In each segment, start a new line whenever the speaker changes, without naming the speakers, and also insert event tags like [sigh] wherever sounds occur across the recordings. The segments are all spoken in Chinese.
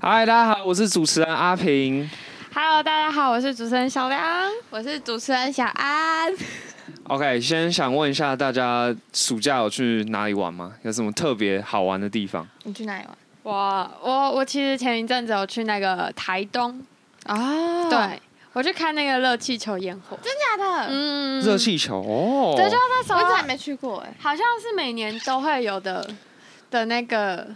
嗨，大家好，我是主持人阿平。
Hello，大家好，我是主持人小梁。
我是主持人小安，
OK，先想问一下大家，暑假有去哪里玩吗？有什么特别好玩的地方？
你去哪里玩？
我我我其实前一阵子有去那个台东，
哦，
对我去看那个热气球烟火。
真假的？嗯，
嗯，
热气球哦，
对，就那时
我一直
候
还没去过哎。
好像是每年都会有的的那个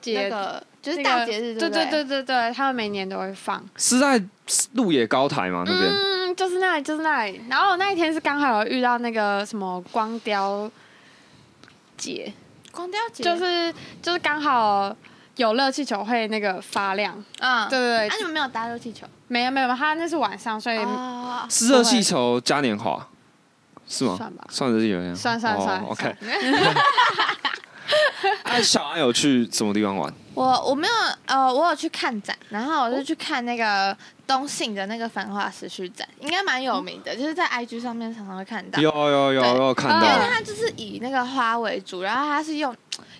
节
那，个就
那个
是大节日，
对
对
对对对对，他们每年都会放。
是在鹿野高台嘛那边。
嗯，就是那里，就是那里。然后我那一天是刚好有遇到那个什么光雕节，
对，光雕节
就是就是刚好有热气球会那个发亮。
嗯，
对对对
啊，你们没有搭热气球？
没有没有，他那是晚上，所以
哦，
是热气球嘉年华，是吗？
算吧
算热气球吗
算算算
哦 OK。哎，小安有去什么地
[laughs]
方玩？
我我没有呃，我有去看展，然后我就去看那个东信的那个繁华时序展，应该蛮有名的，就是在 IG 上面常常会看到。
有啊有有
对
有看
因为
到
嗯
它就是以那个花为主，然后它是用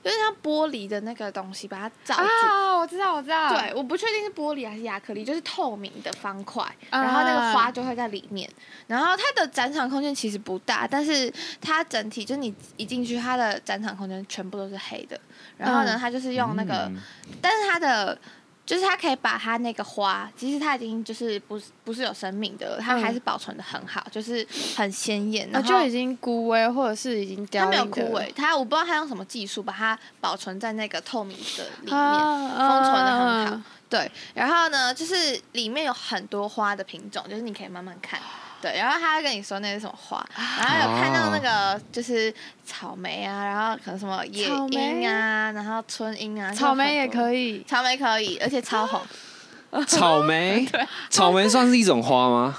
有点像玻璃的那个东西把它罩住。
啊，我知道我知道，
对，我不确定是玻璃还是亚克力，就是透明的方块，
啊
然后那个花就会在里面。然后它的展场空间其实不大，但是它整体就是你一进去，它的展场空间全部都是黑的。然后呢，
嗯
它就是用那个，
嗯
但是它的就是它可以把它那个花，其实它已经就是不是不是有生命的了，它
嗯
还是保存的很好，就是很鲜艳。
啊
然后
就已经枯萎或者是已经凋
它没有
零
枯
的
萎，它我不知道它用什么技术把它保存在那个透明的里面。
啊
封存得很好
啊
对，然后呢，就是里面有很多花的品种，就是你可以慢慢看。对，然后他会跟你说那是什么花，
啊
然后有看到那个就是草莓啊，然后可能什么野
哦草莓
樱啊，然后春樱啊，
草莓也
以，
可以，啊
草莓可以，而且超红，
草
[laughs]
莓，草莓算是一种花吗？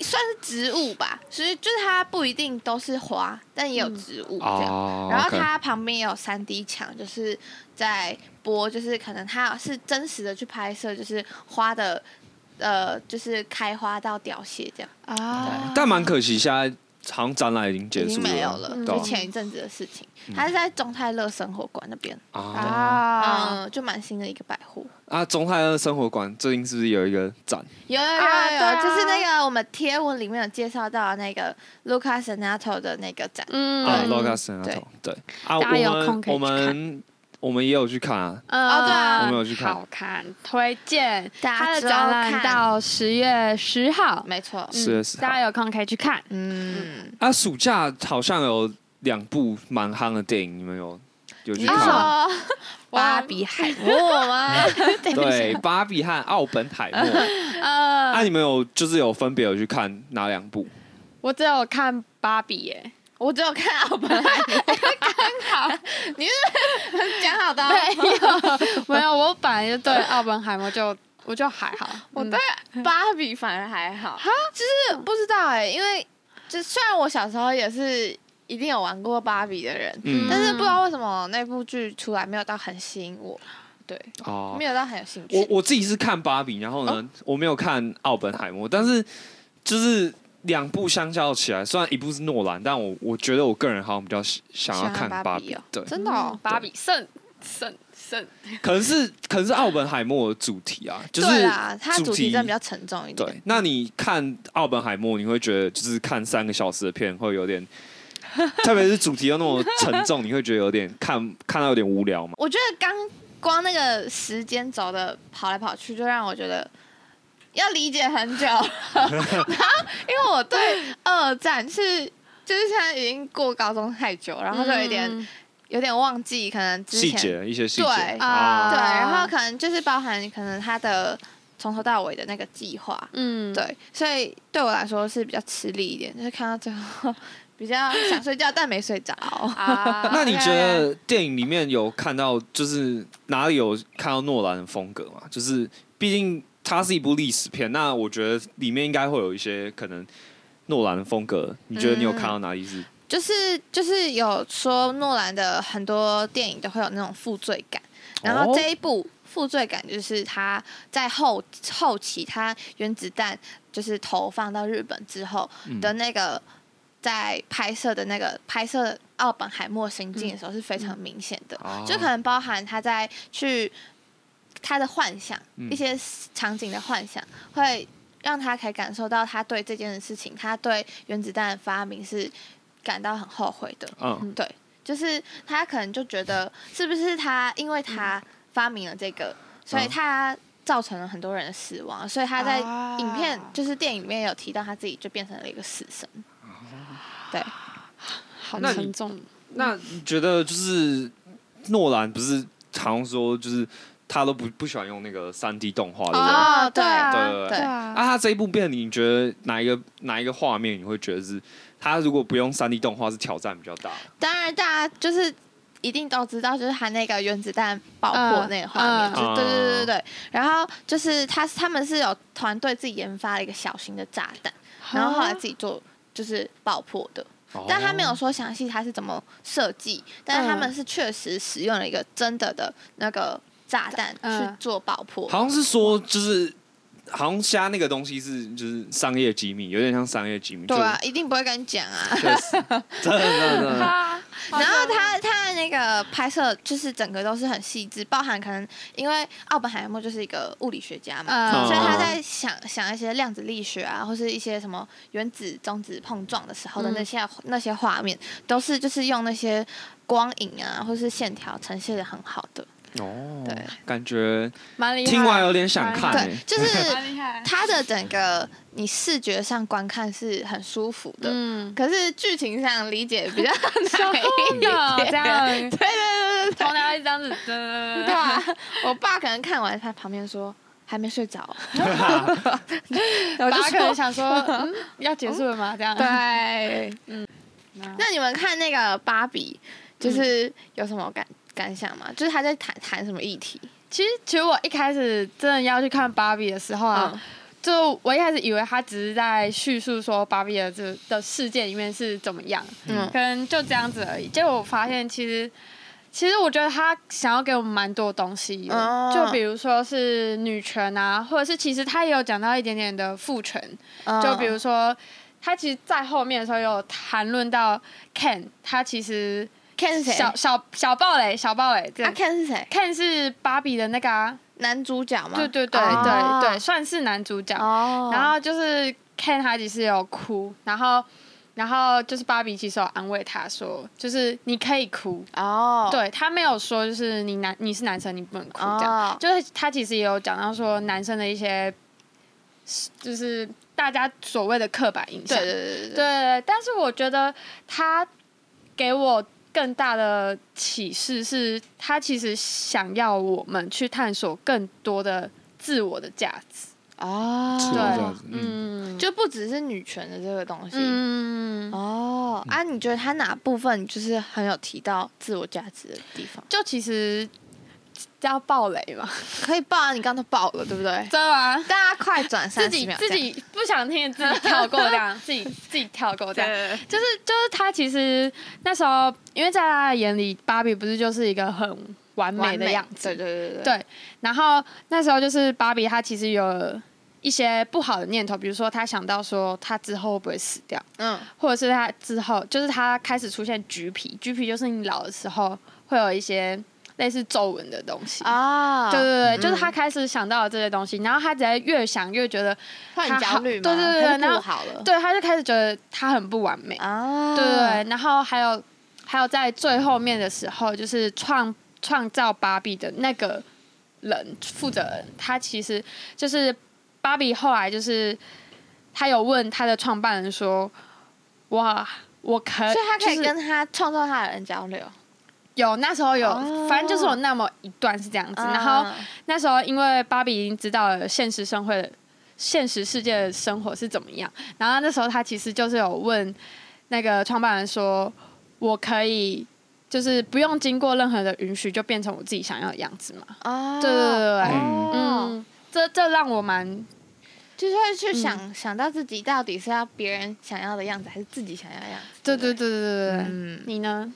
算是植物吧，所以就是它不一定都是花，但也有植物
嗯
这样。
哦，
然后
OK
它旁边也有三 D 墙，就是在播，就是可能它是真实的去拍摄，就是花的，呃，就是开花到凋谢这样，
啊，
但蛮可惜，现在好像展览已经结
已
束
经
了，嗯
没有了，
对
就
啊
前一阵子的事情。它是在中泰乐生活馆那边，
啊
啊，
嗯，就蛮新的一个百货。
啊！中泰的生活馆最近是不是有一个展？
有有有
啊
有，
对啊
就是那个我们贴文里面有介绍到的那个 Lucas Senato 的那个展，
嗯
啊
对
，Loga s e n
对
对啊，
大家有空可以
我们我
去看
们我们也有去看啊，
哦
对啊我
没有去看
好看，推荐。
大家
它的
之后
展览
看
到十月十号，
没错，
10月10号
嗯大家有空可以去看。
嗯，
啊，暑假好像有两部蛮夯的电影，你们有有去
你
看哦吗？
说 [laughs] 芭比海默吗？
对，《芭比》和《奥本海默》
[laughs] 呃，
啊，你们有就是有分别有去看哪两部？
我只有看芭比耶，
我只有看奥本海默，刚好你是讲好的哦、
[laughs] 没有，我本来就对奥本海默就我就还好，
我
嗯
对芭比反而还好，就是不知道哎、因为就虽然我小时候也是一定有玩过芭比的人，
嗯，
但是不知道为什么那部剧出来没有到很吸引我，对，
哦
没，有到很有兴
我
趣。
我自己是看芭比，然后呢，
哦
我没有看奥本海默，但是就是两部相较起来，虽然一部是诺兰，但我我觉得我个人好像比较喜想要
喜欢
看
芭
芭
比
比
哦，
对，
真的哦
嗯芭比胜胜胜，
可能是可能是奥本海默的主题
[laughs]
啊，就是
对啦，它
主
主
题
题真的比较沉重一点。
对。那你看奥本海默，你会觉得就是看三个小时的片会有点，特别是主题又那么沉重，你会觉得有点看看到有点无聊嘛？
我觉得刚光那个时间轴的跑来跑去，就让我觉得要理解很
[laughs]
久。然后，因为我对二战是就是现在已经过高中太久，然后就有点、
嗯
有点忘记可能之
细
前
节一些细节
对
啊
对，
啊
然后可能就是包含可能他的从头到尾的那个计划，
嗯，
对，所以对我来说是比较吃力一点，就是看到最后 [laughs] 比较想睡觉但没睡着。
[laughs] 啊
[laughs] 那你觉得电影里面有看到，就是哪里有看到诺兰的风格吗？就是毕竟它是一部历史片，那我觉得里面应该会有一些可能诺兰的风格。你觉得你有看到哪里是？
嗯就是就是有说诺兰的很多电影都会有那种负罪感，然
哦
后这一部负罪感就是他在后后期他原子弹就是投放到日本之后
嗯
的那个在拍摄的那个拍摄奥本海默行径的时候是非常明显的，
哦
就可能包含他在去他的幻想，
嗯
一些场景的幻想，会让他可以感受到他对这件事情，他对原子弹的发明是感到很后悔的。
嗯，
对，就是他可能就觉得，是不是他因为他发明了这个，所以
嗯
他造成了很多人的死亡，所以他在
啊
影片、就是电影里面有提到他自己就变成了一个死神。对，
好
那你
沉重。
那你觉得就是诺兰不是常说就是他都不不喜欢用那个三 D 动画，对不对？
哦对
啊，
对
对啊，
啊，他这一部片，你觉得哪一个哪一个画面你会觉得是他如果不用三 D 动画是挑战比较大的？
当然大家就是一定都知道，就是他那个原子弹爆破那个画面，
嗯
就对对对对
嗯
对。然后就是他他们是有团队自己研发了一个小型的炸弹，然后后来自己做就是爆破的。
哦
但他没有说详细他是怎么设计，但是他们是确实使用了一个真的的那个炸弹
嗯
去做爆破。
好像是说就是好像虾那个东西是就是商业机密，有点像商业机密。
对啊，一定不会跟你讲啊
就，。确实，真的真的。真
[laughs]
的
啊，然
然后他他的那个拍摄就是整个都是很细致，包含可能因为奥本海默就是一个物理学家嘛，
嗯
所以他在想想一些量子力学啊，或是一些什么原子中子碰撞的时候的
嗯
那些、那些画面，都是就是用那些光影啊，或是线条呈现的很好的。
哦
对，
感觉
蛮厉害，
听完有点想看
对
诶，。
就
[laughs]
是
蛮厉害，
它的整个你视觉上观看是很舒服的，
嗯，
可是剧情上理解比较 [laughs] 难一
真
点。 [laughs]
的这样，
对对对对
头脑一张纸，对对
[laughs] 对，对啊！我爸可能看完，他旁边说还没睡着哦，
对，
我就
大家可能
说
想说，嗯，要结束了吗？这样，
[laughs] 对。
那
[laughs] 那你们看那个芭比，就是有什么感感想吗？就是他在谈谈什么议题？
其实其实我一开始真的要去看芭比的时候啊，
嗯
就我一开始以为他只是在叙述说芭比的这的世界里面是怎么样，
嗯
可能就这样子而已。结果我发现其实。其实我觉得他想要给我们蛮多东西的，
哦
就比如说是女权啊，或者是其实他也有讲到一点点的父权，
嗯
就比如说他其实，在后面的时候有谈论到 Ken，他其实
Ken 是谁？
小小小暴雷，小暴雷，对
啊，Ken 是谁？
Ken 是芭比的那个啊，
男主角吗？
对对对
哦
对对，算是男主角。
哦，
然后就是 Ken 他其实有哭，然后然后就是芭比其实有安慰他说，就是你可以哭，
哦，
对他没有说就是你男你是男生你不能哭这样，
哦，
就是他其实也有讲到说男生的一些，就是大家所谓的刻板印象，
对对对对对，
对，但是我觉得他给我更大的启示是，他其实想要我们去探索更多的自我的价值。
哦，
是
对
这样子嗯，
嗯，就
就不只是女权的这个东西。
嗯，
哦，啊，你觉得他哪部分就是很有提到自我价值的地方？
就其实要暴雷嘛， [laughs]
可以报啊，你刚刚都报了，对不对？
知道吗？
大家快转
自
三十
己
秒，
自己不想听，自己跳过这样，自己自己跳过这
这
样
样。对
就是 [laughs] 就是他其实那时候，因为在他的眼里，芭比不是就是一个很完美的样子，
对对对
对然后那时候就是芭比，她其实有一些不好的念头，比如说她想到说她之后会不会死掉，
嗯
或者是她之后就是她开始出现橘皮，橘皮就是你老的时候会有一些类似皱纹的东西。
啊，
对对对，
嗯
就是她开始想到了这些东西，然后她只要越想越觉得，
会很焦虑嘛，
对对对
可是
然后
不好了，
对，她就开始觉得她很不完美。
啊，
对对对，然后还有还有在最后面的时候，就是创创造芭比的那个人负责人，他其实就是芭比后来就是他有问他的创办人说：“哇，我可
所以他可以
就是
跟他创造他的人交流，
有那时候有，
哦
反正就是有那么一段是这样子，然后
啊
那时候因为芭比已经知道了现实社会的现实世界的生活是怎么样，然后那时候他其实就是有问那个创办人说：“我可以就是不用经过任何的允许就变成我自己想要的样子嘛
啊，？”
对对对对，对
嗯
嗯，
嗯，这这让我蛮
就是会去想
嗯
想到自己到底是要别人想要的样子，还是自己想要的样子，
对
对
对对对对对，
嗯
你呢？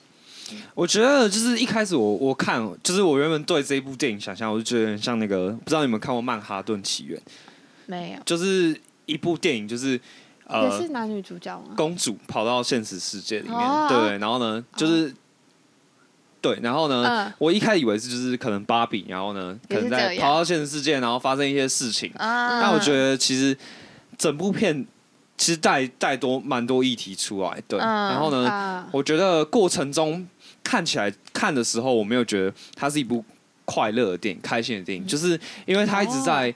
我觉得就是一开始我我看就是我原本对这一部电影想象，我就觉得很像那个不知道你们看过《曼哈顿起源》，
没有，
就是一部电影，就是
也
呃
是男女主角吗？
公主跑到现实世界里面，
哦
对，然后呢就是。对，然后呢，
嗯
我一开始以为是就是可能芭比，然后呢，可
也是
能在
这样
跑到现实世界，然后发生一些事情。
嗯
啊
但我觉得其实整部片其实带带多蛮多议题出来，对。
嗯
然后呢，
啊，
我觉得过程中看起来看的时候，我没有觉得它是一部快乐的电影、开心的电
嗯
影，就是因为它一直在、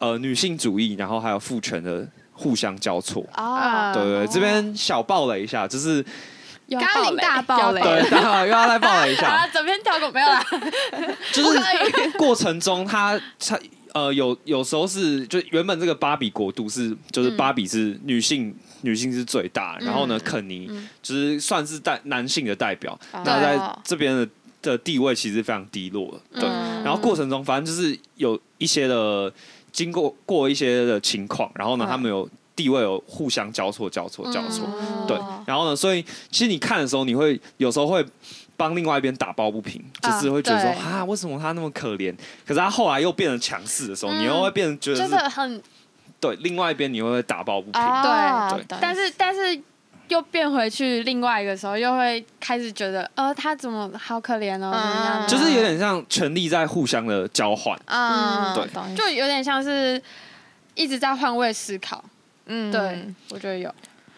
哦
呃女性主义，然后还有父权的互相交错。
啊，
对对对，这边小爆了一下，就是
有
刚
暴
刚
雷
大爆雷，
对，待会儿又要再爆了一下
[laughs] 啊，，整篇跳过没有啦，
就是过程中他他呃有有时候是就原本这个芭比国度是就是
嗯
芭比是女性、女性是最大，然后呢
嗯
肯尼
嗯
就是算是代男性的代表，
哦
那在这边的的地位其实非常低落的，对。
嗯
然后过程中反正就是有一些的经过过一些的情况，然后呢
嗯
他们有地位有互相交错交错交错，
嗯
对
哦，
然后呢，所以其实你看的时候，你会有时候会帮另外一边打抱不平，就是会觉得说
对
啊，为什么他那么可怜？可是他后来又变得强势的时候，
嗯
你又会变得觉得
就是是很，
对另外一边你会打抱不平。
哦
对
但是但是又变回去另外一个时候，又会开始觉得，呃，他怎么好可怜哦，怎么样
嗯
就是有点像权力在互相的交换，
啊，
对
懂
嗯就有点像是一直在换位思考。
嗯
对，我觉得有，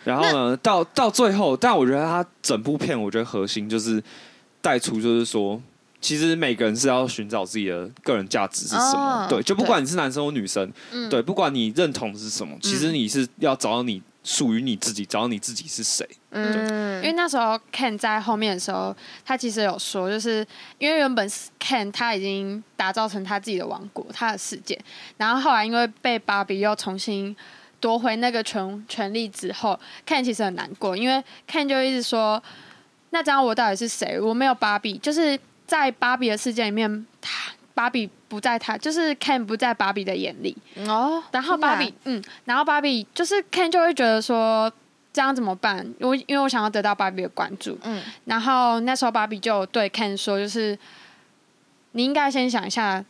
然后呢，到到最后，但我觉得他整部片，我觉得核心就是带出，就是说，其实每个人是要寻找自己的个人价值是什么，
哦
对，就不管你是男生或女生，
嗯，
对，不管你认同是什么，其实你是要找到你属于你自己，找到你自己是谁。
嗯，
因为那时候 Ken 在后面的时候，他其实有说，就是因为原本是 Ken 他已经打造成他自己的王国，他的世界，然后后来因为被芭比又重新夺回那个权权利之后，Ken 其实很难过，因为 Ken 就一直说，那这样我到底是谁？我没有芭比，就是在芭比的世界里面，他芭比不在他，就是 Ken 不在芭比的眼里，
为哦，
然后芭比，嗯，然后芭比就是 Ken 就会觉得说这样怎么办？我因为我想要得到芭比的关注，
真的啊，
然后那时候芭比就有对 Ken 说，就是你应该先想一下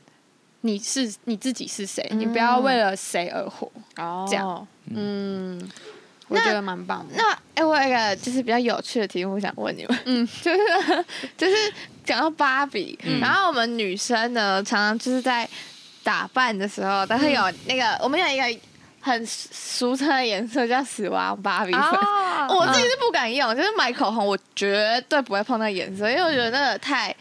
你是你自己是谁，你不要为了谁而活。
嗯，哦，
这样嗯，我
那
觉得蛮棒的。
那哎、我有一个就是比较有趣的题目想问你们，嗯， [laughs] 就是就是讲到芭比，
嗯
然后我们女生呢，常常就是在打扮的时候，都会有
嗯
那个、我们有一个很俗称的颜色叫死亡芭比
[laughs]
粉。
啊
[laughs] 我自己是不敢用，就是买口红，我绝对不会碰那个颜色，因为我觉得那个太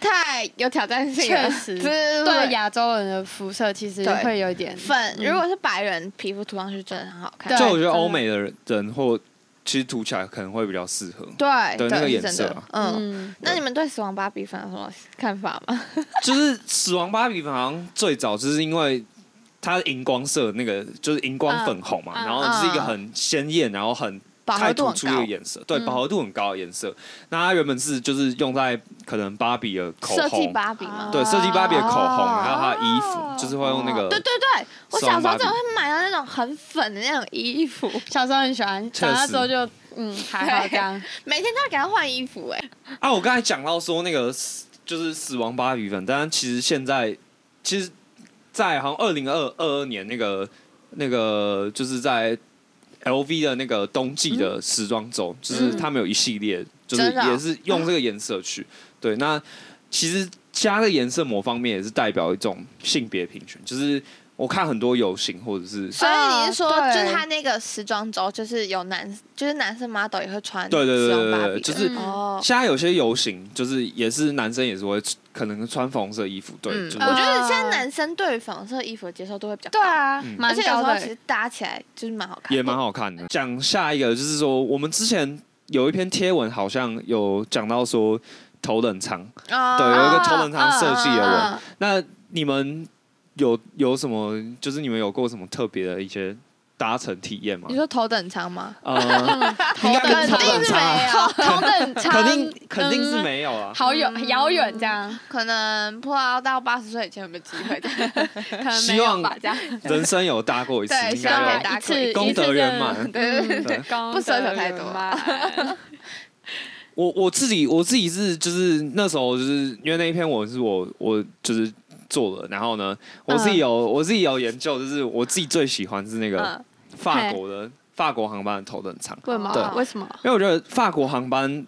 太有挑战性了。
确实
对
对亚洲人的肤色其实
对
会有一点
粉，
嗯
如果是白人皮肤涂上去，真的很好看。
对
就我觉得
真的
欧美的人人或其实涂起来可能会比较适合，
对
对
对，
那个
是
颜
真
色
的
啊
嗯。
嗯，
那你们对死亡芭比粉有什么看法吗？
就是死亡芭比粉好像最早就是因为。它的荧光色那个就是荧光粉红嘛，
嗯嗯
然后就是一个很鲜艳，然后很
饱
太
和度
突
很
出一个
高，
颜色，对，
嗯
饱和度很高的颜色。那它原本是就是用在可能芭比的口
设计
红，
芭比吗？
对，设计芭比的口红，
哦
还有它的衣服，就是会用那个
对对对，我
死亡
小时候
芭比
真的会买到那种很粉的那种衣服，
小时候很喜欢，
确
长大
实
之后就嗯还好这
[laughs]
样。
每天都要给它换衣服哎。
啊，我刚才讲到说那个死就是死亡芭比粉，但其实现在其实，在好像二零二二二年那个那个就是在 LV 的那个冬季的时装周，就是他们有一系列，就是
嗯真的哦
也是用这个颜色
[laughs]
去、对。那其实加的颜色某方面也是代表一种性别平权，就是我看很多游行或者是。
所以你是说，
对
就是他那个时装周，就是有男，就是男生 model 也会穿
对对对
时装芭
对对对
比的
就是
嗯
哦。
现在有些游行就是也是男生也是会可能穿粉红色衣服，对，
嗯，
就是
我觉得现在男生对粉红色衣服的接受度会比较
对
高，
啊，
嗯
而
蛮
且有
高
时候
的
其实搭起来就是蛮好看的，
也蛮好看的。讲下一个就是说，我们之前有一篇贴文好像有讲到说头等舱，
哦。
对，有一个头等
啊
舱设计的
啊
文。
啊
那你们有有什么？就是你们有过什么特别的一些搭乘体验吗
你？说头等舱吗？
呃，
嗯，
应
头
该不是头
等舱，
等舱啊，
头
[laughs]
头等舱，
肯定肯定是
嗯
没有啊。
好远遥远这样，
可能不知道到八十岁以前有没有机
[laughs]
会。
可能没
希望
有吧，这样
人生有搭过一次，
对
应
希望
该
可
有
以搭
一次嗯
功德圆满
对嗯对对，
对
不奢求太多
我我自己我自己是就是那时候就是因为那一篇我是我我就是做了，然后呢，我自己有、我自己有研究，就是我自己最喜欢是那个
嗯
法国的、法国航班的头等舱，
为什
对
么？为什么？
因为我觉得法国航班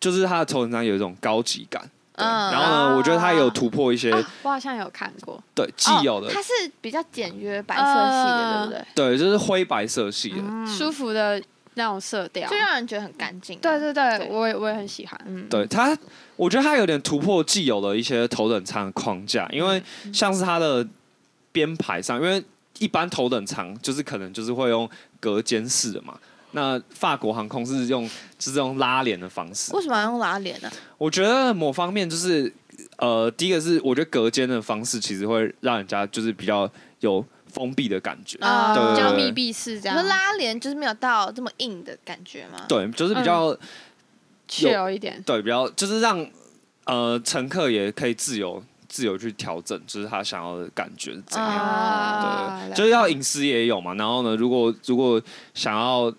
就是他的头等舱有一种高级感。对
嗯
然后呢，
啊
我觉得他有突破一些
啊，我好像有看过，
对既有的嗯
哦，它是比较简约白色系的，对
呃
不对？
对，就是灰白色系
嗯
的。
舒服的那种色调
就。让人觉得很干净啊。
对对对
对，
我也我也很喜欢。
嗯，
对他，我觉得他有点突破既有的一些头等舱的框架，因为像是他的编排上，因为一般头等舱就是可能就是会用隔间式的嘛。那法国航空是用就是用拉帘的方式，
为什么要用拉帘呢？
我觉得某方面就是，呃，第一个是我觉得隔间的方式其实会让人家就是比较有封闭的感觉，
啊
对
比较
对对
嗯密闭式这
你
样
说，拉帘就是没有到这么硬的感觉吗？
对，就是比较、
自由一点。
对比较就是让呃乘客也可以自由自由去调整，就是他想要的感觉是怎样，
啊
对，
了
就是要饮食也有嘛，然后呢，如果如果想要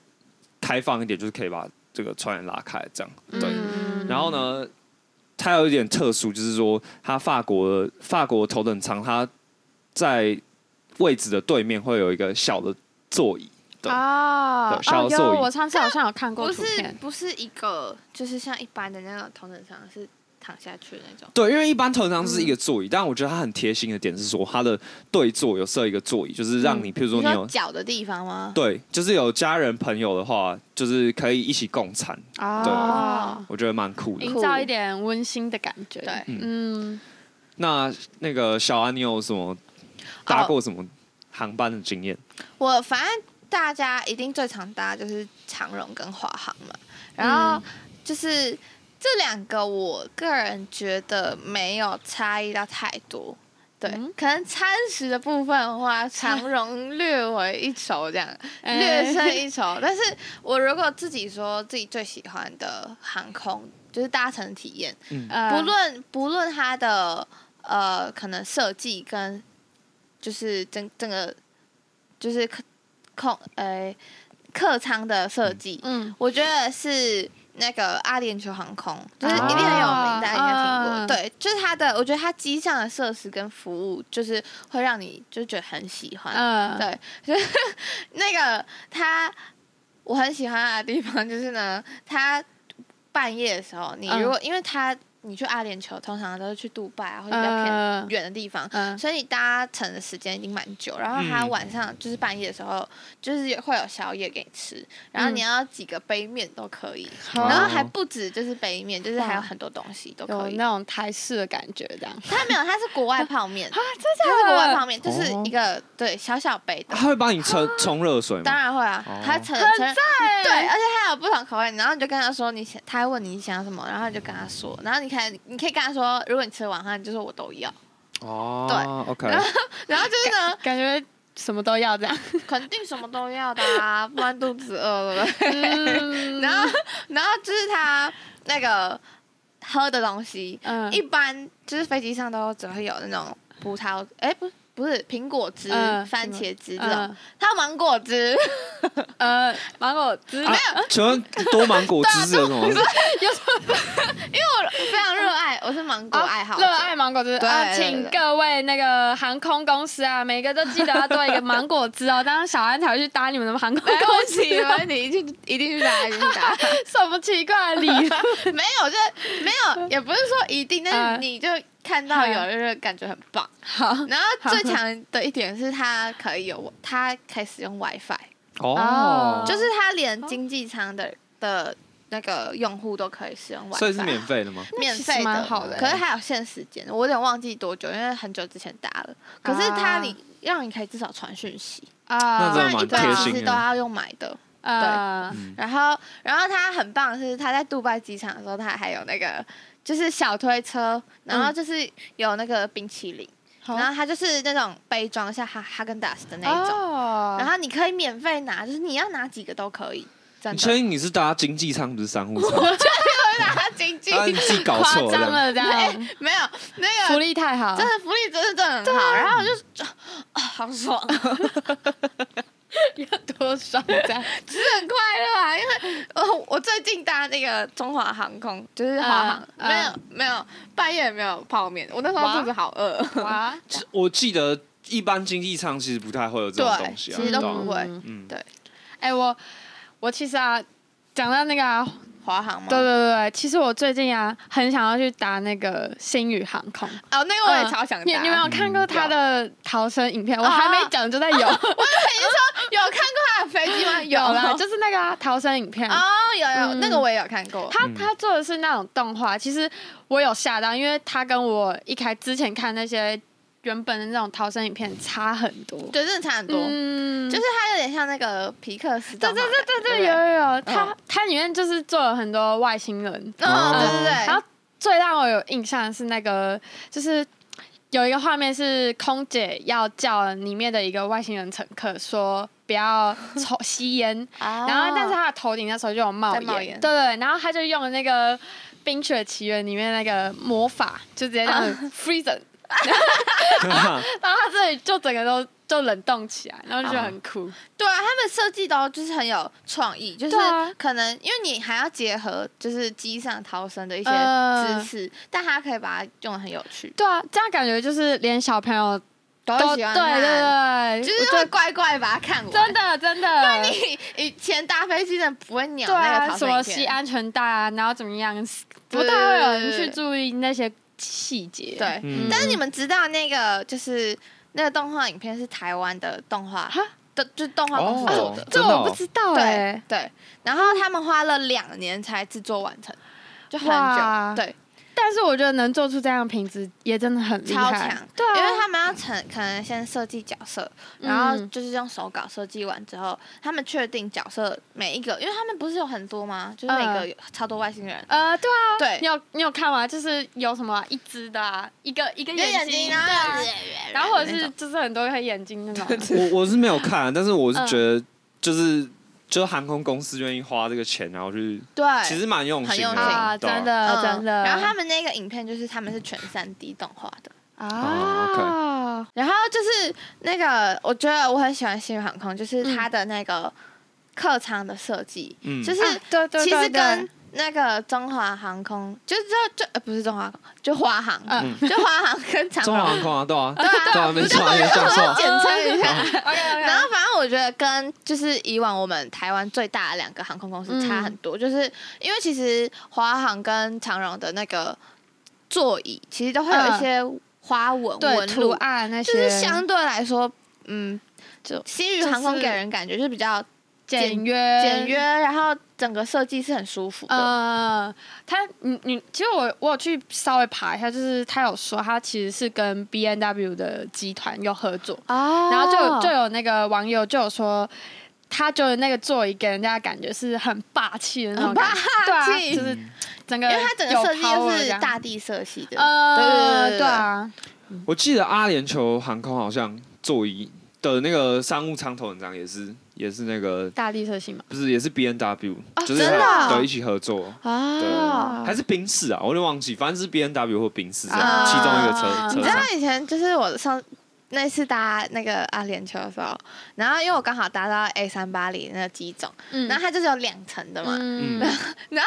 开放一点，就是可以把这个窗帘拉开这样，对，
嗯
然后呢，它有一点特殊，就是说它法国法国头等舱，它在位置的对面会有一个小的座椅，对
啊
对小
哦，
座
有
椅
我上次好像有看过
不
图
是
片，
不是一个，就是像一般的那种头等舱是躺下去的那种。
对，因为一般头等舱是一个座椅，但我觉得它很贴心的点是说，它的对座有设一个座椅，就是让你，譬如说
你
你有
说脚的地方吗？
对，就是有家人朋友的话，就是可以一起共餐，
哦
啊，
我觉得蛮酷的
营。造一点温馨的感觉。
对
嗯，
那那个小安，你有什么搭过什么航班的经验？
我反正大家一定最常搭就是长荣跟华航嘛，然
嗯
后就是这两个，我个人觉得没有差异到太多。对，
嗯
可能餐食的部分的话，长荣略为一筹这样，
[laughs] 哎
略胜一筹。但是我如果自己说自己最喜欢的航空，就是搭乘体验，
[laughs] 呃
不论不论它的呃，可能设计跟就是整整个就是客空呃客舱的设计，
嗯，
我觉得是那个阿联酋航空，就是一
啊
定很有名，大家应该听过。
啊
对，就是它的，我觉得它机上的设施跟服务，就是会让你就觉得很喜欢。
嗯，
对，就是那个他，我很喜欢他的地方就是呢，他半夜的时候，你
嗯
如果、因为他你去阿联酋，通常都是去杜拜啊，或者比较偏
嗯
远的地方。
嗯
所以你搭乘的时间已经蛮久，然后他
嗯
晚上就是半夜的时候，就是会有宵夜给你吃，然后
嗯
你要几个杯面都可以，
哦
然后还不止就是杯面，就是还有很多东西都
有
可以
那。种台式的感觉，这样
他没有，他是国外泡面，
[laughs] 啊，真
他是国外
的哦
泡面，就是一个对小小杯的，
他会帮你冲 [laughs] 冲热水吗？
当然会啊
哦，
他承
很
承认
对
对，而且他有不同口味，然后你就跟他说你想，他会问你想要什么，然后你就跟他说，然后你看你可以跟他说，如果你吃晚饭，你就说我都要，
哦，对
然
[laughs] ，OK，
然后就是呢，
感觉什么都要这样。
肯定什么都要的啊，不然肚子饿了。
嗯
然后然后就是他那个喝的东西，
嗯
一般就是飞机上都只会有那种葡萄，哎、不不是苹果汁、
嗯
番茄汁这种
嗯，
他芒果汁，
呃，芒果汁
哦
啊，请问多芒果汁啊是有什么？
有什么
我非常热爱，我是芒果哦爱好者，
哦热爱芒果汁
对
啊，
对
请
对
各位那个航空公司啊，每个都记得要做一个芒果汁哦，这样小安才会去搭你们的航空
来。
公
恭
司啊
喜你，们，你一定一定去打，一定去打。
什么奇怪的
[laughs]
理由？
没有，就是没有，也不是说一定，但是
嗯
你就看到有就是感觉很棒。
好
然后最强的一点是它可以有，它可以使用 WiFi，
哦，
就是它连经济舱的的那个用户都可以使用 WiFi，
所以是免费的吗？
免
那其
费
实蛮
的，
好的欸
可是还有限时间，我有点忘记多久，因为很久之前打了。可是它
啊
你让你可以至少传讯息，
啊
那
不
真
然
的蛮
一般
贴
其
心
实
的
都要用买的。
啊
嗯
然后，然后他很棒的是，他在杜拜机场的时候，他还有那个就是小推车，然后就是有那个冰淇淋，
嗯好
然后它就是那种杯装像哈哈根达斯的那一种，
哦
然后你可以免费拿，就是你要拿几个都可以，真
你
的。
确定你是搭经济舱不是商务 [laughs] 舱？
他 [laughs] 经济
啊，你自己搞
夸
错
张
了。
了这样，
没有那
福
个。
利太好，
哎真的福利真的真的很好，然后我就啊，好爽，
要多爽这
[laughs]
样。
其实很快乐啊，因为我我最近搭那个中华航空，就是华航，
嗯
没有没有半夜没有泡面，我那时候
哇
肚子好饿，
哇，
我记得一般经济舱其实不太会有这种
对
东西啊，
其实都
对啊
不会
嗯
嗯
对
哎、我我其实啊，讲到那个啊、
华航吗？
对对对对，其实我最近啊，很想要去搭那个星宇航空。
哦，那个我也超想
嗯你
搭。
你有没有
嗯
看过他的逃生影
哦
片？我还没讲就在有
有看过他的飞 [laughs] 机吗？
有啦，
了，
就是那个啊逃生影片。
哦，有有，
嗯
那个我也有看过。
他
嗯
他做的是那种动画，其实我有吓到，因为他跟我一开之前看那些原本的那种逃生影片差很多。
对，真的差很多，
嗯
就是它有点像那个皮克斯
对
动画嗯
对
感。
对对对，
不
有有有，他他里面就是做了很多外星人，
嗯，对对
然后
对，
最让我有印象的是那个，就是有一个画面是空姐要叫里面的一个外星人乘客说不要抽吸 [laughs] 烟，然
然
后但是他的头顶那时候就有哦冒
在
烟，
冒烟
对对，然后他就用了那个《冰雪奇缘》里面那个魔法，就直接这样子 freezing，然后他这里就整个都就冷冻起来，然后就觉得很酷，
对啊，他们设计都就是很有创意，就是
对啊
可能因为你还要结合就是机上逃生的一些
嗯
知识，但他可以把它用的很有趣，
对啊，这样感觉就是连小朋友
都
都
会
对
喜欢看，
对对，
就是会乖乖把它看
真
完。
的真的，
你 [laughs] 以前搭飞机真的不会鸟
对
那个
啊，
逃
什
生
么
影
系
片，
安全带啊，然后怎么样，
对
不太会有人去注意那些细节。
对。
嗯
但是你们知道那个就是那个动画影片是台湾的动画
哈，
的就是动画公司
哦
做的，
这
真的
我
哦
不知道
对
哎、
对，然后他们花了两年才制作完成，就很
哇
久，对，
但是我觉得能做出这样的品质也真的很厉
超
害，
强。
对啊，
因为他们要成，可能先设计角色，然后
嗯
就是用手稿设计完之后，他们确定角色每一个，因为他们不是有很多吗？就是每个
嗯
有超多外星人，
呃，对啊，
对
你有你有看吗？就是有什么啊一只的、啊，一个一个
有眼睛，
睛，
然后
对啊
这样子
然后或者
那
是
种
就是很多颗眼睛那种，
[laughs] 我我是没有看，但是我是
嗯
觉得就是。就是航空公司愿意花这个钱，然后去，
对，
其实蛮用心
很
的
用心
啊，
对啊
真的、
嗯
真的。
然后他们那个影片就是他们是全三 D 动画的。
哦
啊，
然后就是那个，我觉得我很喜欢星宇航空，就是
嗯
它的那个客舱的设计，
嗯
就是
啊对对对
其实跟
对
那个中华航空，就是就就、呃、不是中华航空，就华航，
嗯
[laughs] 就华航跟长
中
荣
华，航空啊，对啊，
[laughs] 对啊
对啊，没错，没
我要
错，
简称一下。
OK，OK
然后反正我觉得跟就是以往我们台湾最大的两个航空公司差
嗯
很多，就是因为其实华航跟长荣的那个座椅其实都会有一些花纹
嗯对
纹
图
路，
案那些
就是相对来说，嗯，就新宇航空
就是
给人感觉就是比较
简
简
约
简约，然后整个设计是很舒服的。
呃，他你你，其实我我有去稍微爬一下，就是他有说他其实是跟 B N W 的集团有合作，
哦
然后就有就
[laughs]
有那个网友就有说。他觉得那个座椅给人家的感觉是很霸气的那种
很
感
霸
觉，对啊，
气，
嗯
就是整个
因
有 power 这样，
为它整个设计就是大地色系的，
呃，
对对对对
对啊，
我记得阿联酋航空好像座椅的那个商务舱头等舱也是也是那个
大地色系嘛，
不是也是 B N W，、就是
哦
真的啊
对一起合作，对，
哦
还是宾士啊，我有点忘记，反正是 B N W 或宾士这样、
啊
其中一个
啊
车
嗯你
车
知道
厂。
以前就是我上那次搭那个阿联酋的时候，然后因为我刚好搭到 A 三八零那个机种，
嗯
然后它就是有两层的嘛，
嗯
嗯
因为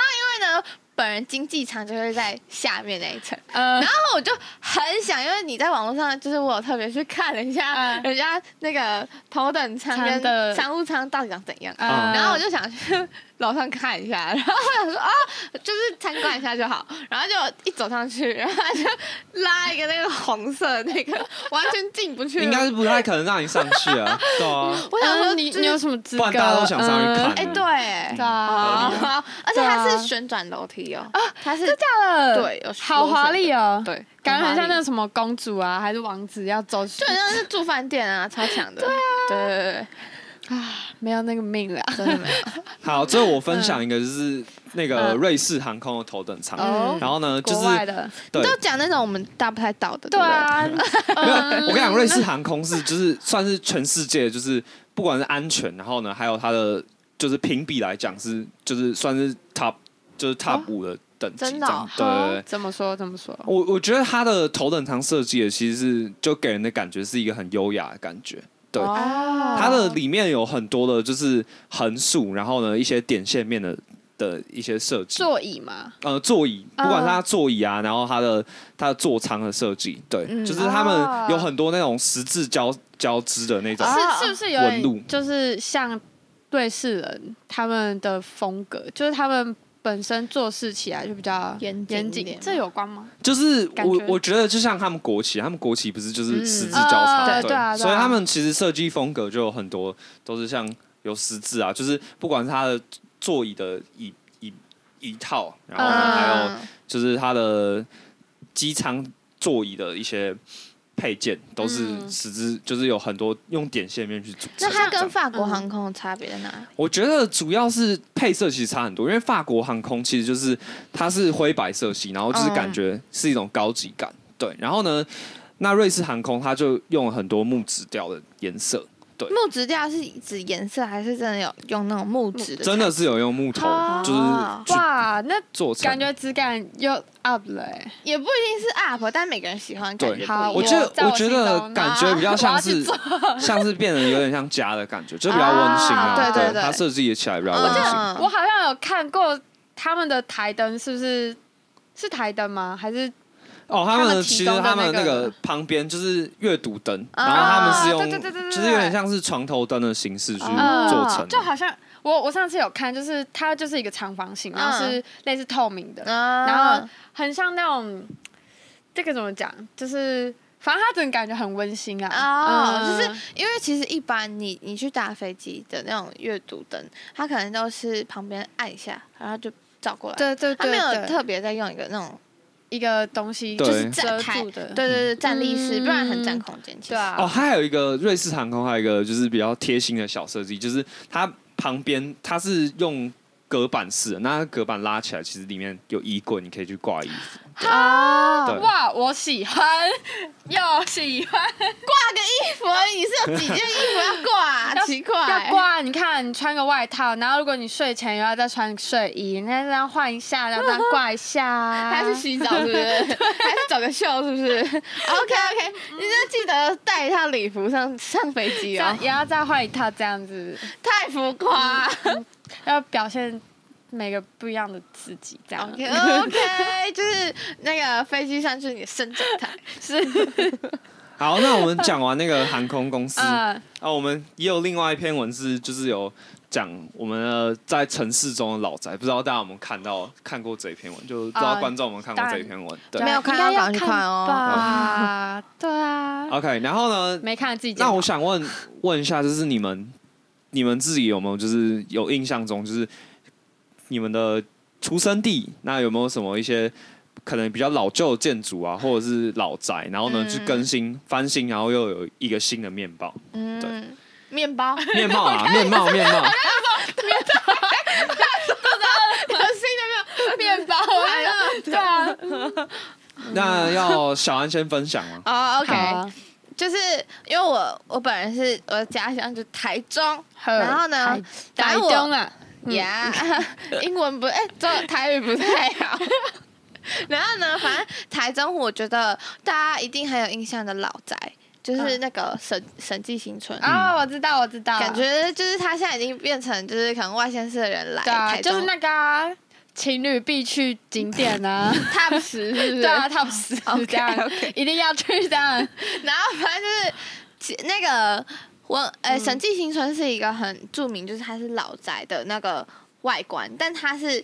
呢。本人经济舱就会在下面那一层，
嗯
呃，
然后我就很想，因为你在网络上，就是我有特别去看了一下
嗯
人家那个头等舱
舱的
跟商务舱到底长怎样，
呃
然后我就想去楼上看一下，然 [laughs] 后我想说啊，就是参观一下就好。然后就一走上去，然后他就拉一个那个红色的那个，完全进不去。
应该是不太可能让你上去
[laughs]
啊，对啊，
我想说
嗯你
就是
你有什么资
不
格？
然大家都想上去看
嗯
啊
哎，对，哎
对啊
合理啊，
好而且它是旋转楼梯哦，它是
大了，
对有
好华丽哦，
对，
感觉很像那
个，
个什么公主啊，还是王子要走去，
就很像是住饭店啊，超强的。对啊，对对对
没有那个命了。
真的没有。
好，最后我分享一个就是那个
嗯
瑞士航空的头等舱，
哦
然后呢就
国
是
外的，
对，
就讲那种我们搭不太到的，
对
不，
啊，
[laughs] 没有，
嗯
我跟你讲，瑞士航空是就是算是全世界就是不管是安全，然后呢，还有它的就是评比来讲是就是算是 top 就是 top 五的等级
真
这
的
样
哦。
对对对，
怎么说怎么说？
我我觉得它的头等舱设计的其实是就给人的感觉是一个很优雅的感觉。对
哦
它的里面有很多的就是横竖，然后呢一些点线面的的一些设计。
座椅嘛，
呃，座椅，
嗯
不管它座椅啊，然后它的它的座舱的设计，对，
嗯
就是他
啊
们有很多那种十字交交织的那种，
啊
是是不是有
纹路
点就是像瑞士人他们的风格，就是他们本身做事起来就比较
严谨
严
一
谨
点，
这有关吗？
就是
感
我
觉
我觉得就像他们国旗，他们国旗不是就是
嗯
十字交叉、
呃对啊对啊
所以他们其实设计风格就有很多都是像有十字啊，就是不管是它的座椅的椅椅椅套，然后呢
嗯
还有就是它的机舱座椅的一些配件都是
嗯
十字，就是有很多用点线面去组成
那
的这样。
它跟法国航空的差别在哪里？
我觉得主要是配色其实差很多，因为法国航空其实就是它是灰白色系，然后就是感觉是一种高级感，对。然后呢，那瑞士航空它就用了很多木质调的颜色，
木质调是指颜色，还是真的有用那种木质的材质？
真的是有用木头
哦
就是去
哇，那
做成。
感觉质感又 up 了、欸。
也不一定是 up，但每个人喜欢的感觉
对
不一
好
样。
我
有
觉得
在我
我觉
心
得
中
感觉比较像
[laughs]
是像是变得有点像家的感觉，就比较温馨啊。
啊对
对对
它设计起来比较温馨。
嗯，
我好像有看过他们的台灯，是不是是台灯吗？还是
哦，他
他
们
们
其
提
实
供的
他们那
那个
个旁边就是阅读灯，
啊
然后他们是
对对对对
用，
对
就是有点像是床头灯的形式去
啊
嗯做成的
就。好像我我上次有看，就是它就是一个长方形，然后是类似透明的，
啊
然后很像那种这个怎么讲，就是反正它整个感觉很温馨啊，
哦，
嗯
就是因为其实一般你你去打飞机的那种阅读灯，它可能都是旁边按一下，然后就照过来。，
对对
它
对，
没有
对
特别在用一个那种
一个东西
对
就是遮
站台，
住
对
的，
对对，站立式，
嗯
不然很占空间。其实
对，啊，
哦，还有一个瑞士航空，还有一个就是比较贴心的小设计，就是它旁边它是用隔板式的，那隔板拉起来，其实里面有衣柜，你可以去挂衣服。
啊，
对
哇，我喜欢， [laughs] 又喜欢，
挂个 [laughs] 衣服而已，是有几件衣服 [laughs] 要挂啊？
要
奇怪，
要挂，你看你穿个外套，然后如果你睡前又要再穿睡衣，那这样换一下，然后这样挂一下，
[laughs] 还是洗澡是不是？ [laughs] 还是找个秀是不 [laughs] 是？OK OK，你就记得带一套礼服上上飞
这
机哦
样，也要再换一套这样子，
太浮夸。
要表现每个不一样的自己，这样
OK [laughs] OK，就是那个飞机上就是你的伸展台，
是
[laughs]
好，那我们讲完那个航空公司，
[laughs] 嗯
啊，我们也有另外一篇文字，就是有讲我们的在城市中的老宅，不知道大家有没有看到看过这篇文，就不知道
啊
观众有没有看过
当然
这篇文。
对
对
没有看
应该
要
要
赶快去看哦 [laughs]
吧，对啊，
，OK，然后呢，
没看自己剪
那
吧，
我想问问一下，就是你们你们自己有没有就是有印象中，就是你们的出生地，那有没有什么一些可能比较老旧的建筑啊，或者是老宅，然后呢
嗯
去更新翻新，然后又有一个新的面貌，对
嗯，面包，有新
面貌啊，面貌面貌。
的没有面包
哎呀 [laughs] 对啊，
那要小安先分享
[laughs]
吗？
哦，OK，
好啊
就是因为我我本人是我的家乡就台中，
好
然后呢
台
反
台
正我
中啊，嗯
呀， [laughs] 英文不哎，中台语不太好。 [laughs] 然后呢，反正台中我觉得大家一定很有印象的老宅，就是
嗯
那个审审计新村。
啊，我知道，我知道，
嗯感觉就是他现在已经变成，就是可能外县市的人来
对啊，
台中，
就是那个啊、情侣必去景点
[laughs]
啊，
top 十，是不哦是？
对啊，top
[laughs]
十
OK，OK
这样一定要去这样。
[laughs] 然后反正就是其那个我呃，审计新村是一个很著名，就是它是老宅的那个外观，但它是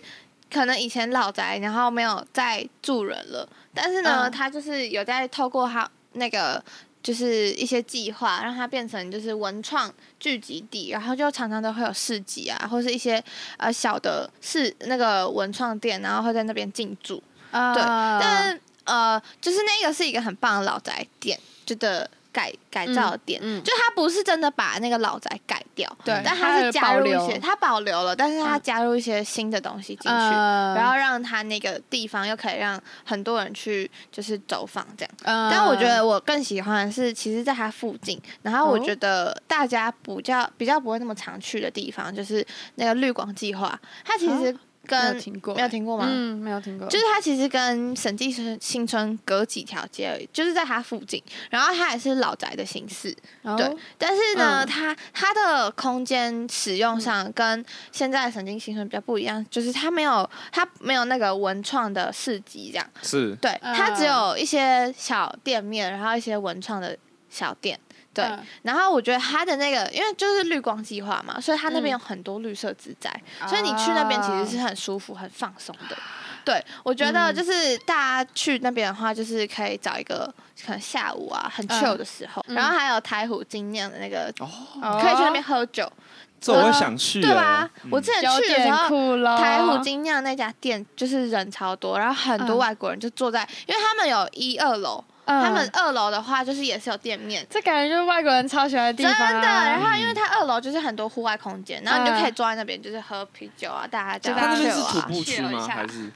可能以前老宅，然后没有再住人了，但是呢，
嗯
它就是有在透过它那个。就是一些计划，让它变成就是文创聚集地，然后就常常都会有市集啊，或是一些呃小的市那个文创店，然后会在那边进驻。对，
啊
但是呃，就是那个是一个很棒的老宅店，就的改改造的店，
嗯嗯
就它不是真的把那个老宅改掉，
对它
但它是
有
加入
保
一
留
些，它保留了，但是它
嗯
加入一些新的东西进去，
嗯
然后让它那个地方又可以让很多人去就是走访这样。
嗯
但我觉得我更喜欢的是，其实在它附近，然后我
哦
觉得大家比较比较不会那么常去的地方，就是那个绿广计划，它其实
哦没
跟
有听过，
没有听过吗？
嗯，没有听过，
就是它其实跟审计新新村隔几条街而已，就是在它附近。然后它也是老宅的形式，
哦
对但是呢，
嗯
它它的空间使用上跟现在的审计新村比较不一样，就是它没有它没有那个文创的市集这样，
是
对，它只
嗯
有一些小店面，然后一些文创的小店。对，
嗯
然后我觉得它的那个，因为就是绿光计划嘛，所以它那边
嗯
有很多绿色植栽，所以你去那边其实是很舒服、很放松的。对，我觉得
啊嗯
就是大家去那边的话，就是可以找一个可能下午啊很
嗯
chill 的时候，
嗯
然后还有台虎精酿的那个，
哦，
哦
可以去那边喝酒，
这我会想去、欸，
呃对吧？我之前
哦有
去的时
点
候，
酷咯。
台虎精酿那家店就是人超多，然后很多
嗯
外国人就坐在，因为他们有一二楼，
嗯，
他们二楼的话就是也是有店面。
这感觉就是外国人超喜欢的地
真
方啊。嗯
的，然
嗯
后因为它二楼就是很多户外空间，然后你就可以坐在那边，就是喝啤酒啊，大家
就
它
聊
那边
天
是徒
啊。
步区
去了
吗？
一下
还是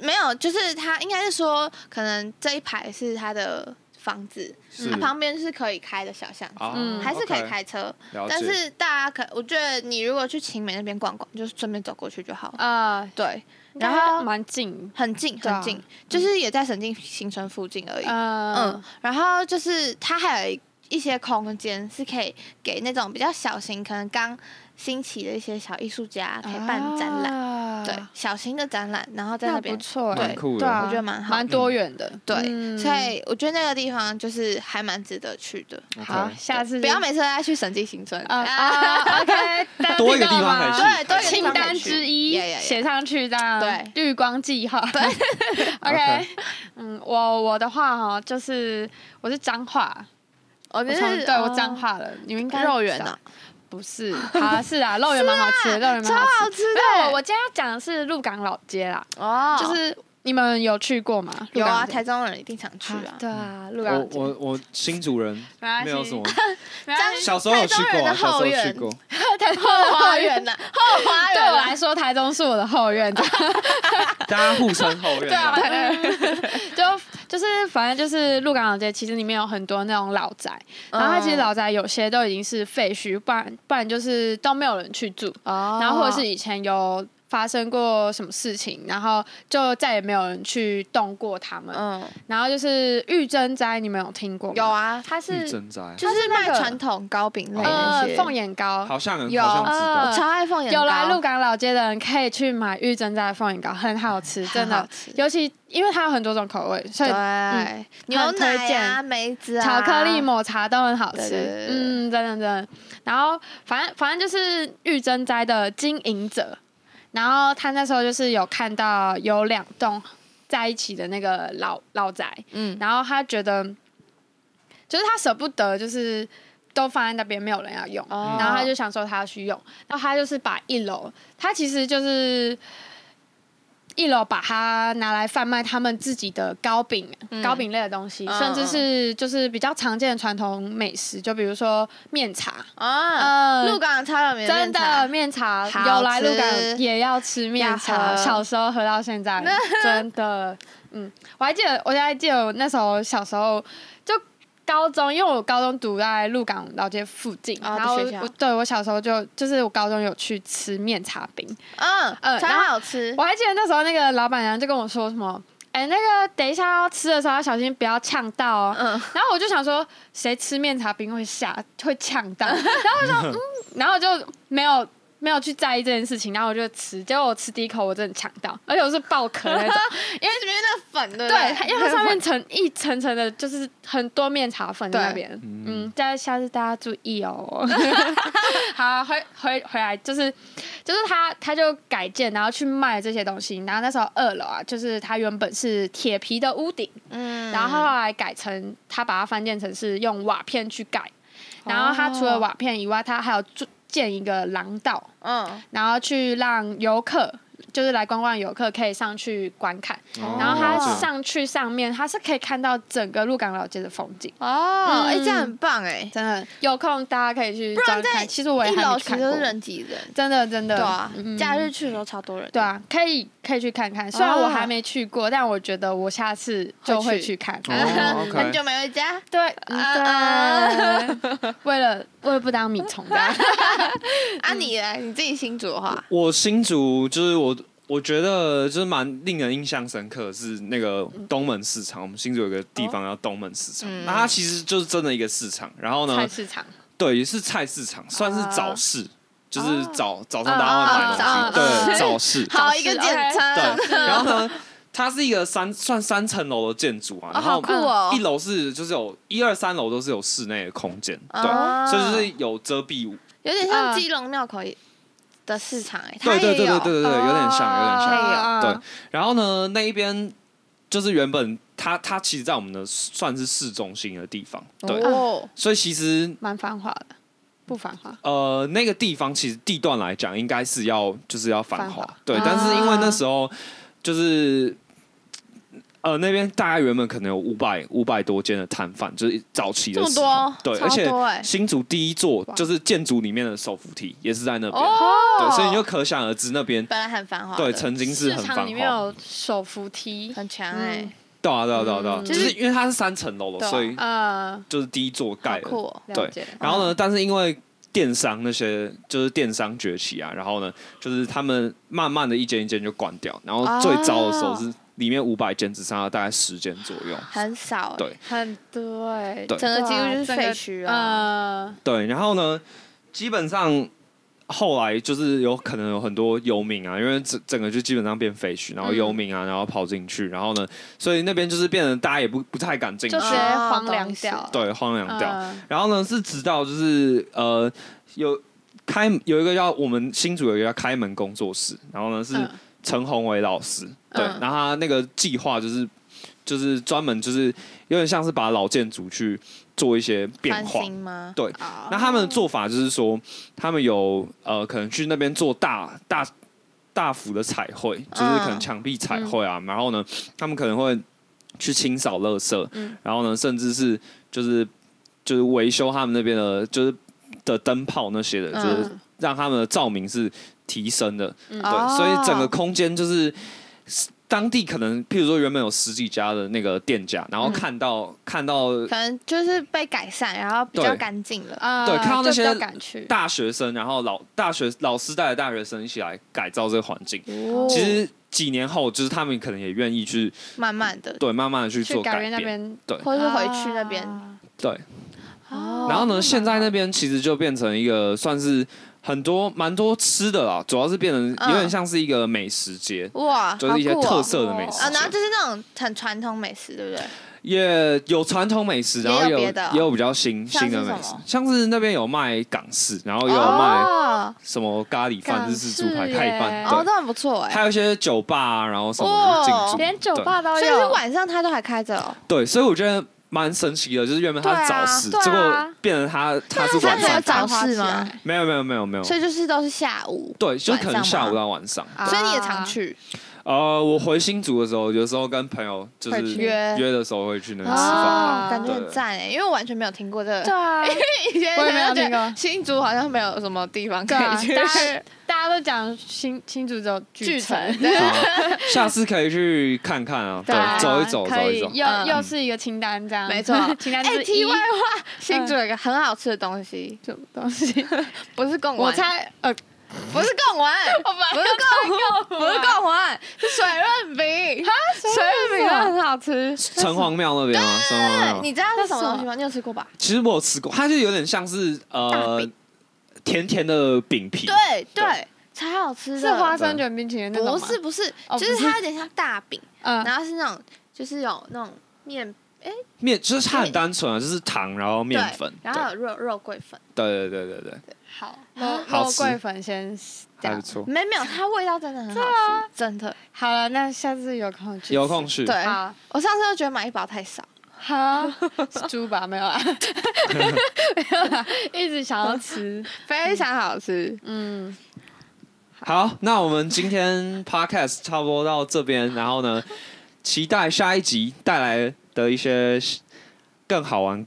没有，就是它应该是说，可能这一排是它的房子，
是、
它嗯旁边是可以开的小巷子，
啊
嗯
还是可以
嗯 OK，
开车。
了解
但是大家可，我觉得你如果去晴美那边逛逛，就顺便走过去就好了。
啊，
对，
然
然
后
后
蛮近，
很近
对啊
很近，就是也在神经新村附近而已。嗯
嗯，
然后就是它还有一一些空间是可以给那种比较小型，可能刚兴起的一些小艺术家可以办展览，
览
对，小型的展览，然后在
啊那
那
不
边，
错欸，
蛮酷的
对啊
我觉得蛮好的
蛮多元的，
对，
嗯
所以我觉得那个地方就是还蛮值得去的。
好，
OK
下次
不要每次都在去神经新村
啊啊
[laughs]
，OK，大家
多一个
听到
地方可
了吗
以去
对，都有
清单之一写
写
上去，这样
对
绿光记号。对 [laughs] ，OK，嗯，我我的话哈，就是我是彰化，
我
我
哦就
从
是
对我彰化了，你们应该
肉圆
呢
哦呢？，
不是，
[laughs]
啊是啊，肉圆蛮好吃的，肉圆
啊超
蛮好
好
吃。
吃
没有，
的
我我今天要讲的是鹿港老街啦，
哦，
就是你们有去过吗？
有
鹿
啊，
港街
台中人一定常去
啊，。
啊
对 [laughs] 啊，鹿港老
我
街
我我新主人
没关系
没有什
[laughs]
么，
没关系
小时候有去
台中人
过、啊，
的
小时候
后
有
院
去过，
台中
后
的啊
花
后
园
院。
呐，后花
对
园
我
啦
来说，台中是我的后院，这样
大家互称后院
对啊
这样，，
[laughs] 就就是反正就是鹿港老街，其实里面有很多那种老宅，
嗯
然后它其实老宅有些都已经是废墟，不然不然就是都没有人去住，
哦
然后或者是以前有发生过什么事情，然后就再也没有人去动过它们。
嗯，
然后就是玉珍斋，你们有听过吗？
有，啊，
它
是
是
真在，
就是
那
卖
个
传统糕饼类的
呃
那些，
凤眼糕，
好像好像知
有
呃
道，
我超爱凤眼糕，
有来鹿港老街的人可以去买玉珍斋的凤眼糕，很好吃，真
很好
的。
吃
尤其因为它有很多种口味，所以嗯
对，啊牛
很推
奶啊、
荐
梅子啊、
巧克力、抹茶都很好吃。
对对对对
嗯，真的真的。然后反正反正就是玉珍斋的经营者，然后他那时候就是有看到有两栋在一起的那个老老宅，
嗯，
然后他觉得就是他舍不得，就是都放在那边没有人要用，
哦
嗯然后他就想说他要去用，然后他就是把一楼，他其实就是一楼把它拿来贩卖他们自己的糕饼、
嗯
糕饼类的东西，
嗯
甚至是就是比较常见的传统美食，就比如说面茶，
啊，
嗯、
鹿港超有名
真
面
的
茶，
面茶
好
有来鹿
吃
港也要吃面
要
茶，
喝
小时候喝到现
[laughs]
在，真的，嗯，我还记得，我还记得我那时候小时候就高中，因为我高中读在鹿港老街附近，
哦
然后
的学校
我对我小时候就就是我高中有去吃面茶饼，
嗯
嗯
超
然后
好吃
我，还记得那时候那个老板娘就跟我说什么。哎、那个等一下要吃的时候要小心，不要呛到哦。
嗯，
然后我就想说，谁吃面茶冰会吓会呛
[laughs]
到？然后我就说，嗯，然后我就没有没有去在意这件事情，然后我就吃，结果我吃第一口我真的呛到，而且我是爆壳那种，
因为这边那个粉的，
对，它因为它上面层一层层的，就是很多面茶粉在那边，嗯，大家下次大家注意
[laughs]
哦。好，回回回来就是就是他他就改建，然后去卖这些东西，然后那时候二楼啊，就是它原本是铁皮的屋顶。
嗯
然后后来改成他把它翻建成是用瓦片去盖，
哦
然后他除了瓦片以外，他还有筑建一个廊道，
嗯，
然后去让游客。就是来观光的游客可以上去观看，
哦
然后他
了解
上去上面，他是可以看到整个鹿港老街的风景，
哦，哎，
嗯
这样很棒哎，
真的有空大家可以去
不然
找看。
在
其实我也
一
还
楼
没
其
去看
实
过
都是，人挤人，
真的真的，
对啊
嗯，
假日去的时候超多人，
对，
[laughs]
啊，可以可以去看看。虽然
哦
我还没去过，但我觉得我下次就
会
会
去
去看。
哦
[laughs]
OK
很久没回家，
对，嗯对，为了为了不当米虫
[laughs]
的，
啊，你嘞你自己新竹的话，
我新竹就是我，我觉得就是蛮令人印象深刻的是那个东门市场。我们新竹有个地方叫东门市场，
嗯
那它其实就是真的一个市场。然后呢
菜，市场
对，也是菜市场，算是早市，就是早早上大
啊
家会买
啊
东西，
啊啊
对，早市。
好
好
一
一
个
个
简
简哦
餐
[laughs] 餐，
对，然后呢，它是一个三算三层楼的建筑啊，
哦，
然
好
后
酷哦
一！楼是就是有一二三楼都是有室内的空间，对，
哦
所以就是有遮蔽物，
有点像
嗯
基隆庙口的市场哎，它
对对
也
对对
有哦
对对对，有点像有点像，
像
嗯
对，然后呢，那一边就是原本它它其实，在我们的算是市中心的地方，对，
哦，
所以其实
蛮繁华的，不繁华。
呃那个地方其实地段来讲，应该是要就是要繁
繁
华
华，
对，
啊
但是因为那时候就是。呃，那边大概原本可能有五百五百多间的摊贩，就是早期的
这么
时候
多，
对，
超
而且
多欸
新竹第一座
哇
就是建筑里面的手扶梯也是在那边，对，
哦，
所以你就可想而知那边
本来很繁华的，
对曾经是
市
很繁
场
华，
里面有手扶梯，
很强哎
嗯，
对啊，对啊，对啊，对啊，
嗯
就是因为它是三层楼
对
了，
啊
哦所以
呃，
就是第一座
好
盖的。
酷哦！
了解。
然后呢，但是因为电商那些就是电商崛起啊，然后呢，就是他们慢慢的一间一间就关掉，然后最糟的时候是里面五百间只剩下大概十间左右。
很少欸，
对
很对，啊
对
整个几乎就是
整个
废墟啊。
呃，
对，然后呢，基本上后来就是有可能有很多游民啊，因为整整个就基本上变废墟，然后
嗯
游民啊，然后跑进去，然后呢，所以那边就是变得大家也不不太敢进去啊
就，直接
哦
荒凉掉了。
对，荒凉掉。
呃
然后呢，是直到就是呃有开有一个叫我们新竹有一个叫开门工作室，然后呢是
嗯
陈宏伟老师，对，
嗯
然后他那个计划就是就是专门就是有点像是把老建筑去做一些变
翻
化。
新吗？
对
哦
啊
那他们的做法就是说，他们有呃可能去那边做大大大幅的彩绘，就是可能墙壁彩绘啊，然后呢，他们可能会去清扫垃圾，
嗯
然后呢，甚至是就是就是维修他们那边的，就是的灯泡那些的，
嗯
就是让他们的照明是提升的，
嗯
对，
哦
所以整个空间就是当地可能，譬如说原本有十几家的那个店家，然后
嗯
看到、看到
哦可能就是被改善，然后比较
对
干净了。啊
呃
对看到那些
就比较敢去，
大学生，然后老大学老师带着大学生一起来改造这个环境。
哦
其实几年后，就是他们可能也愿意去
慢慢的，
对慢慢的去
去
做
改
改
变
变。
那边，
对
或是回去那边，
啊
对，
哦
然后
那
呢，现在
蛮好
那边其实就变成一个算是很多蛮多吃的啦，主要是变成有点像是一个美食街，
哇，嗯好酷
就是一些
哦
特色的美食
啊，然后
街，
就是那种很传统美食，对不对？
也有传统美食，然后
也
也
有
有
别的哦
也有比较新
像
新
是
的美
什
食
么，
像是那边有卖港式，然后也有卖
哦，
什么咖喱饭、
港
日式猪排、
式
派
耶
饭，
哦，
对，
都很不错哎
还。有一些酒吧啊，然后什么进
哦
驻，
连酒
对
吧都有，
所以是晚上它都还开着哦，
对，所以我觉得蛮神奇的，就是原本它是早市，
对啊
结
对啊
果变成它它是
那
晚
啊它还有
上
早
开，
市吗
繁华起来？
没有没有没有没有，
所以就是都是下午。
对，就可
晚上
能下
吗
午到晚上。
啊
所以你也常去
呃，我回新竹的时候，有时候跟朋友就
会
是
去
约约的时候会去那边吃饭嘛。
哦，
啊
感觉很
对
赞哎，因为我完全没有听过这
对
个。 [laughs]
啊，
以前
我也没有
好像觉
听
得
过
新竹好像没有什么地方
对
可
啊
以去，
大
[laughs]
家大家都讲新新竹只有
巨
巨
城
城， [laughs]
啊下次可以去看看啊， [laughs] 对
对啊，
走一走，
可
走一
以
走。
又
嗯
又是一个清单这样，
没错
[laughs] 清单
哎，
之
题
一嗯
外。话，新竹有一个很好吃的东西，
什么东
[laughs]
西？
不是贡
我
丸，
猜呃，
不是贡丸，
[laughs] 我本来
不是
[laughs]
贡，不是贡丸，是水润饼。水润饼很好吃。
城隍庙那边吗？城隍庙，
你知道嗯是什么东西吗？你有吃过吧？
其实我有吃过，它就有点像是
大
呃
饼
甜甜的饼皮，
对对
对，
超好吃的。
是花生卷冰淇淋那种
不
吗
是，不是，
哦
就是
不是
它有点像大饼，
嗯，
然后是那种就是有那种面
面就是它很单纯啊，就是糖然后面
对
粉，
然后有肉肉桂粉，
对对对对对对，
好，肉
好
肉
吃
桂粉先这
还
样
不。错。
没有没有，它味道真的
[laughs]
很好
啊
吃，真的。
好了，那下次有空去吃。
有空去，
对
好，
我上次就觉得买一包太少，
好，是猪吧没有啦， [laughs] 没有啦，一直想要吃。
非常好吃。
嗯，
好，那我们今天 podcast 差不多到这边，然后呢，期待下一集带来的一些更好玩、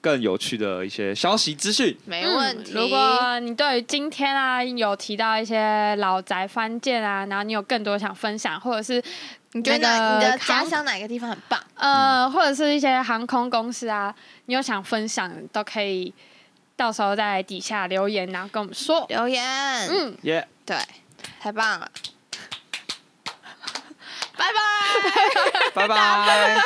更有趣的一些消息资讯。
没
嗯
问题。
如果你对于今天啊有提到一些老宅翻建啊，然后你有更多想分享，或者是
你觉得
那
你
个
的家
康
乡哪个地方很棒？
呃，或者是一些航空公司啊，你有想分享的都可以，到时候在底下留言，然后跟我们说。
留言，
嗯，
耶、
对，太
[laughs]
棒了，拜拜。
拜拜。